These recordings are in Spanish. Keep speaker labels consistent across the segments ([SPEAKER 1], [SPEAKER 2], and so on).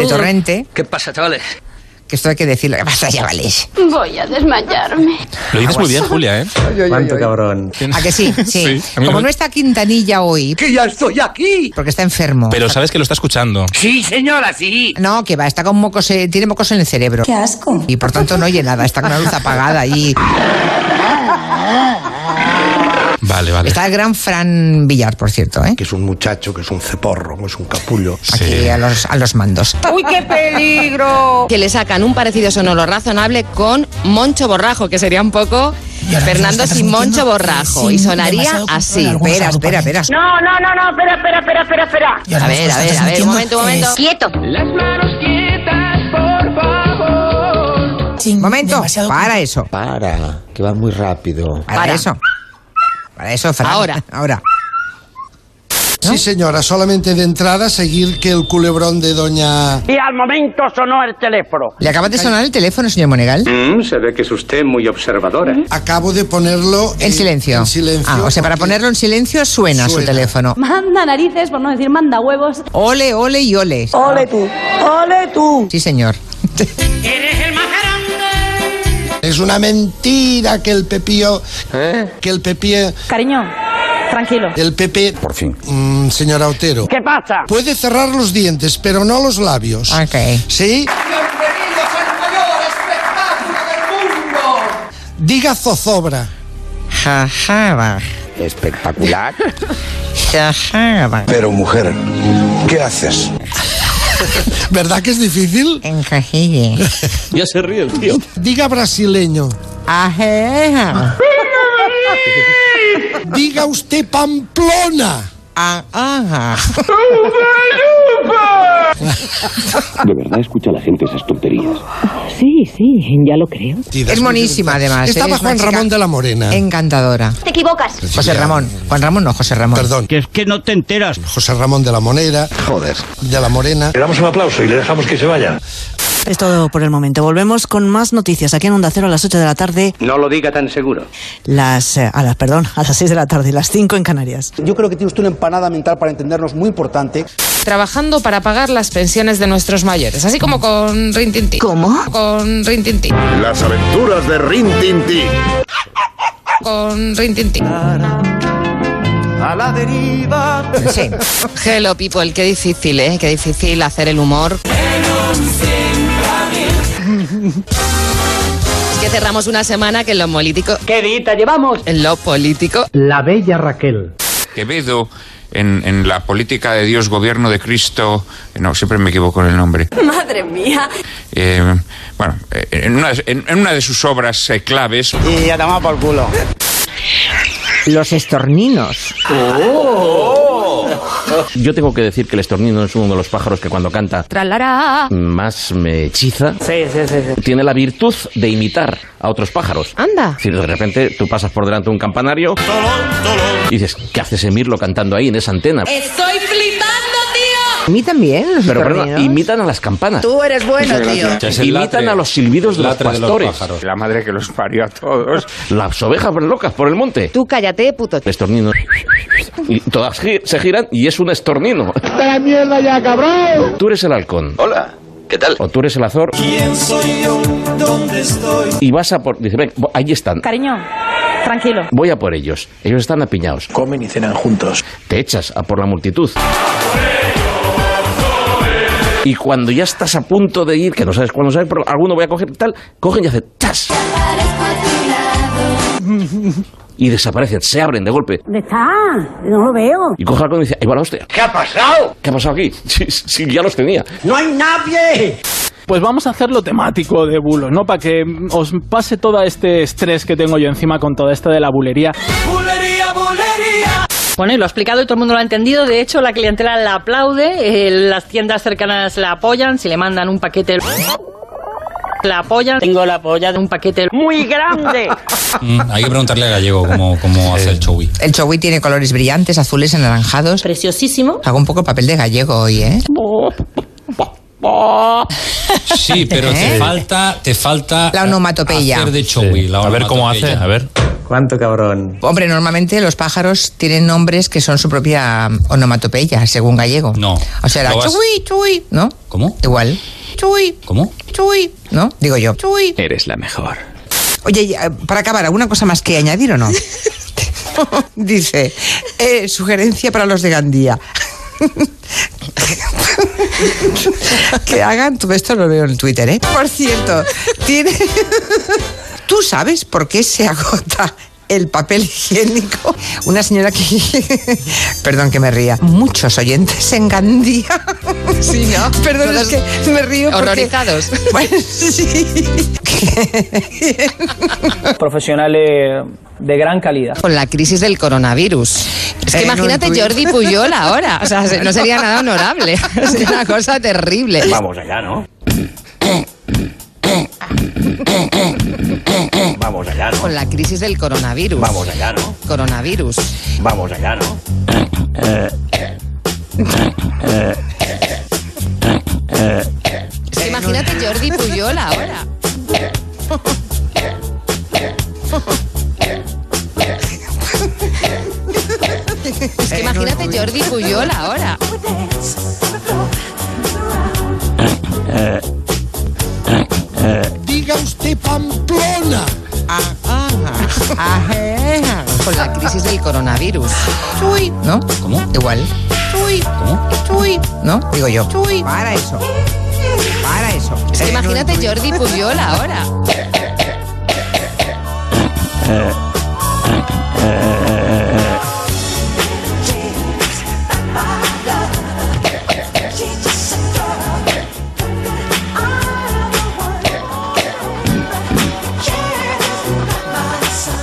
[SPEAKER 1] de Torrente,
[SPEAKER 2] ¿Qué pasa, chavales?
[SPEAKER 1] que esto hay que decirlo. ¿Qué pasa, chavales?
[SPEAKER 3] Voy a desmayarme.
[SPEAKER 4] Lo dices muy bien, Julia, ¿eh?
[SPEAKER 5] ¿Cuánto cabrón?
[SPEAKER 1] ¿A que sí? Sí.
[SPEAKER 4] Sí, a mí
[SPEAKER 1] Como
[SPEAKER 4] no-
[SPEAKER 1] no está Quintanilla hoy,
[SPEAKER 5] ¡Que ya estoy aquí!
[SPEAKER 1] porque está enfermo.
[SPEAKER 4] Pero sabes que lo está escuchando.
[SPEAKER 5] Sí, señora, sí.
[SPEAKER 1] No, que va, está con mocos, eh, tiene mocos en el cerebro.
[SPEAKER 6] ¡Qué asco!
[SPEAKER 1] Y por tanto no oye nada, está con la luz apagada y
[SPEAKER 4] Vale, vale.
[SPEAKER 1] está el gran Fran Villar, por cierto, ¿eh?
[SPEAKER 7] que es un muchacho, que es un ceporro, que es un capullo.
[SPEAKER 1] Aquí
[SPEAKER 4] Sí.
[SPEAKER 1] a, los, a los mandos.
[SPEAKER 8] que le sacan un parecido sonoro razonable con Moncho Borrajo, que sería un poco Fernando sin Moncho Borrajo. Y sonaría así.
[SPEAKER 1] Espera, espera, espera.
[SPEAKER 3] No, no, no, no, espera, espera, espera, espera, espera.
[SPEAKER 8] A ver, a ver, a ver, un momento, un momento.
[SPEAKER 3] Quieto.
[SPEAKER 1] Momento, para eso.
[SPEAKER 9] Para, que va muy rápido.
[SPEAKER 1] Para,
[SPEAKER 8] Para.
[SPEAKER 1] eso. Para eso, Fran.
[SPEAKER 8] Ahora.
[SPEAKER 1] Ahora.
[SPEAKER 7] Sí, señora, solamente de entrada seguir que el culebrón de doña...
[SPEAKER 5] Y al momento sonó el teléfono.
[SPEAKER 1] ¿Le acaba de sonar el teléfono, señor Monegal?
[SPEAKER 5] Mm, se ve que es usted muy observadora.
[SPEAKER 7] Acabo de ponerlo...
[SPEAKER 1] En silencio.
[SPEAKER 7] En silencio.
[SPEAKER 1] Ah, o sea, para
[SPEAKER 7] porque-
[SPEAKER 1] ponerlo en silencio suena, su
[SPEAKER 7] Suena.
[SPEAKER 1] teléfono.
[SPEAKER 3] Manda narices, por no decir manda huevos.
[SPEAKER 1] Ole, ole y ole.
[SPEAKER 8] Oh.
[SPEAKER 6] ¡Ole tú! ¡Ole tú!
[SPEAKER 1] Sí, señor.
[SPEAKER 7] Es una mentira que el pepillo...
[SPEAKER 9] ¿Eh?
[SPEAKER 7] Que el pepillo...
[SPEAKER 3] Cariño, tranquilo.
[SPEAKER 7] El pepe... Por fin. señora Otero.
[SPEAKER 5] ¿Qué pasa?
[SPEAKER 7] Puede cerrar los dientes, pero no los labios.
[SPEAKER 1] Ok.
[SPEAKER 7] ¿Sí?
[SPEAKER 5] Bienvenidos al mayor espectáculo del mundo.
[SPEAKER 7] Diga zozobra.
[SPEAKER 1] Jajaba.
[SPEAKER 9] Espectacular.
[SPEAKER 1] Jajaba.
[SPEAKER 7] Pero mujer, ¿qué haces? ¿Verdad que es difícil?
[SPEAKER 1] En cajille.
[SPEAKER 4] Ya se ríe el tío.
[SPEAKER 7] Diga brasileño.
[SPEAKER 1] Ajá.
[SPEAKER 7] Diga usted Pamplona.
[SPEAKER 1] Ah, Ajá.
[SPEAKER 10] ¿De verdad escucha la gente esas tonterías?
[SPEAKER 8] Sí, sí, ya lo creo.
[SPEAKER 1] Es monísima, además. ¿eh?
[SPEAKER 7] Estaba
[SPEAKER 1] Es una
[SPEAKER 7] Juan
[SPEAKER 1] chica
[SPEAKER 7] Ramón de la Morena.
[SPEAKER 1] Encantadora.
[SPEAKER 3] Te equivocas.
[SPEAKER 1] José Ramón. Juan Ramón no, José Ramón.
[SPEAKER 7] Perdón,
[SPEAKER 5] Que es que no te enteras.
[SPEAKER 7] José Ramón de la Monera.
[SPEAKER 9] Joder.
[SPEAKER 7] De la Morena.
[SPEAKER 10] Le damos un aplauso y le dejamos que se vaya.
[SPEAKER 6] Es todo por el momento. Volvemos con más noticias aquí en Onda Cero a las 8 de la tarde.
[SPEAKER 5] No lo diga tan seguro.
[SPEAKER 6] Las, eh, a las, perdón, a las 6 de la tarde, las 5 en Canarias.
[SPEAKER 9] Yo creo que tiene usted una empanada mental para entendernos muy importante.
[SPEAKER 8] Trabajando para pagar las pensiones de nuestros mayores, así como con Rintintín. ¿Cómo? Con Rintintín.
[SPEAKER 10] Las aventuras de Rin Tin Tin.
[SPEAKER 8] Con Rintintín.
[SPEAKER 1] Sí.
[SPEAKER 8] Hello people, qué difícil, ¿eh? Qué difícil hacer el humor. Es que cerramos una semana que en lo político,
[SPEAKER 5] ¿Qué dita llevamos?
[SPEAKER 8] en lo político,
[SPEAKER 5] La bella Raquel.
[SPEAKER 11] Quevedo en, en la política de Dios, gobierno de Cristo. eh, No, siempre me equivoco en el nombre.
[SPEAKER 3] Madre mía.
[SPEAKER 11] Eh, bueno, eh, en una, de- en- en una de sus obras eh, claves.
[SPEAKER 5] Y ya tomamos por culo.
[SPEAKER 1] Los estorninos.
[SPEAKER 10] Yo tengo que decir que el estornido es uno de los pájaros que cuando canta
[SPEAKER 8] tralará.
[SPEAKER 10] más me hechiza.
[SPEAKER 5] Sí, sí, sí. sí.
[SPEAKER 10] Tiene la virtud de imitar a otros pájaros.
[SPEAKER 8] Anda.
[SPEAKER 10] Si de repente tú pasas por delante de un campanario y dices, ¿qué hace ese mirlo cantando ahí en esa antena?
[SPEAKER 8] Estoy flipando, tío.
[SPEAKER 1] A mí también. Los
[SPEAKER 10] Pero perdona, imitan a las campanas.
[SPEAKER 1] Tú eres bueno, tío.
[SPEAKER 4] Es el
[SPEAKER 10] imitan
[SPEAKER 4] latre,
[SPEAKER 10] a los silbidos de los
[SPEAKER 4] latre de los
[SPEAKER 10] pastores.
[SPEAKER 4] pájaros.
[SPEAKER 11] La madre que los parió a todos.
[SPEAKER 10] Las ovejas van locas por el monte.
[SPEAKER 8] Tú cállate, puto.
[SPEAKER 10] El estornino. Y todas gi- se giran y es un estornino. Tú eres el halcón.
[SPEAKER 2] Hola, ¿qué tal?
[SPEAKER 10] O tú eres el azor. ¿Quién soy yo? ¿Dónde estoy? Y vas a por. Dice, ven, bo- ahí están.
[SPEAKER 3] Cariño, tranquilo.
[SPEAKER 10] Voy a por ellos. Ellos están apiñados.
[SPEAKER 9] Comen y cenan juntos.
[SPEAKER 10] Te echas a por la multitud. Y cuando ya estás a punto de ir, que no sabes cuándo sabes, pero alguno voy a coger tal, cogen y hacen ¡Chas! Y desaparecen, se abren de golpe.
[SPEAKER 3] ¿Dónde está? No lo veo.
[SPEAKER 10] Y coge al halcón y dice, ahí va la hostia.
[SPEAKER 5] ¿Qué ha pasado?
[SPEAKER 10] ¿Qué ha pasado aquí? Si, si ya los tenía.
[SPEAKER 5] ¡No hay nadie!
[SPEAKER 9] Pues vamos a hacerlo temático de bulos, ¿no? Para que mm, os pase todo este estrés que tengo yo encima con toda esta de la bulería.
[SPEAKER 3] Bueno, y lo ha explicado y todo el mundo lo ha entendido. De hecho, la clientela la aplaude, eh, las tiendas cercanas la apoyan, si le mandan un paquete la apoyan. Tengo la polla de un paquete
[SPEAKER 5] ¡Muy grande!
[SPEAKER 4] Mm, hay que preguntarle a Gallego cómo, cómo hace el showy.
[SPEAKER 1] El chowi tiene colores brillantes, azules, anaranjados.
[SPEAKER 3] preciosísimo.
[SPEAKER 1] Hago un poco papel de gallego hoy, ¿eh?
[SPEAKER 4] Sí, pero te
[SPEAKER 1] ¿Eh?
[SPEAKER 4] falta, te falta
[SPEAKER 1] La onomatopeya.
[SPEAKER 4] hacer de showy,
[SPEAKER 9] A ver cómo hace, a ver.
[SPEAKER 2] ¿Cuánto cabrón?
[SPEAKER 1] Hombre, normalmente los pájaros tienen nombres que son su propia onomatopeya, según gallego. No. O sea, era
[SPEAKER 4] Lo vas-
[SPEAKER 1] chuy, chuy, ¿no? ¿Cómo? Igual. Chuy. ¿Cómo? Chuy, ¿no? Digo yo. Chuy.
[SPEAKER 10] Eres la mejor.
[SPEAKER 1] Oye, y, eh, para acabar, ¿alguna cosa más que añadir o no? Dice, eh, sugerencia para los de Gandía. que hagan, todo esto lo veo en Twitter, ¿eh? Por cierto, tiene... ¿Tú sabes por qué se agota el papel higiénico? Una señora que... Perdón que me ría. Muchos oyentes en Gandía. Sí, ¿no? Perdón, es que me río porque-
[SPEAKER 8] Horrorizados.
[SPEAKER 1] Bueno, sí.
[SPEAKER 12] Profesionales de gran calidad.
[SPEAKER 8] Con la crisis del coronavirus. Es que
[SPEAKER 12] Eh, no
[SPEAKER 8] imagínate
[SPEAKER 12] intuí-
[SPEAKER 8] Jordi Puyol ahora. O sea, se- no sería nada honorable. Sería una cosa terrible.
[SPEAKER 2] Vamos allá, ¿no? Vamos allá, ¿no?
[SPEAKER 8] Con la crisis del coronavirus.
[SPEAKER 2] Vamos allá, ¿no?
[SPEAKER 8] Coronavirus.
[SPEAKER 2] Vamos allá, ¿no?
[SPEAKER 8] Es
[SPEAKER 12] Eh,
[SPEAKER 8] que imagínate Jordi Puyol ahora. Es
[SPEAKER 12] Eh,
[SPEAKER 8] que imagínate Jordi Puyol ahora.
[SPEAKER 7] Diga usted Pamplona.
[SPEAKER 8] Con la crisis del coronavirus.
[SPEAKER 1] Chuy, ¿no? ¿Cómo? Igual. Chuy. ¿Cómo? Chuy. ¿No? Digo yo. Chuy. Para eso. Para eso.
[SPEAKER 8] Es que imagínate Jordi Puyol ahora.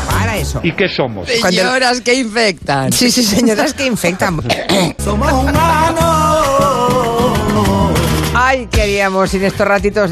[SPEAKER 1] Para eso.
[SPEAKER 13] ¿Y qué somos?
[SPEAKER 8] Señoras que infectan.
[SPEAKER 1] Sí, sí, señoras que infectan.
[SPEAKER 5] Somos humanos.
[SPEAKER 1] Ay, queríamos en estos ratitos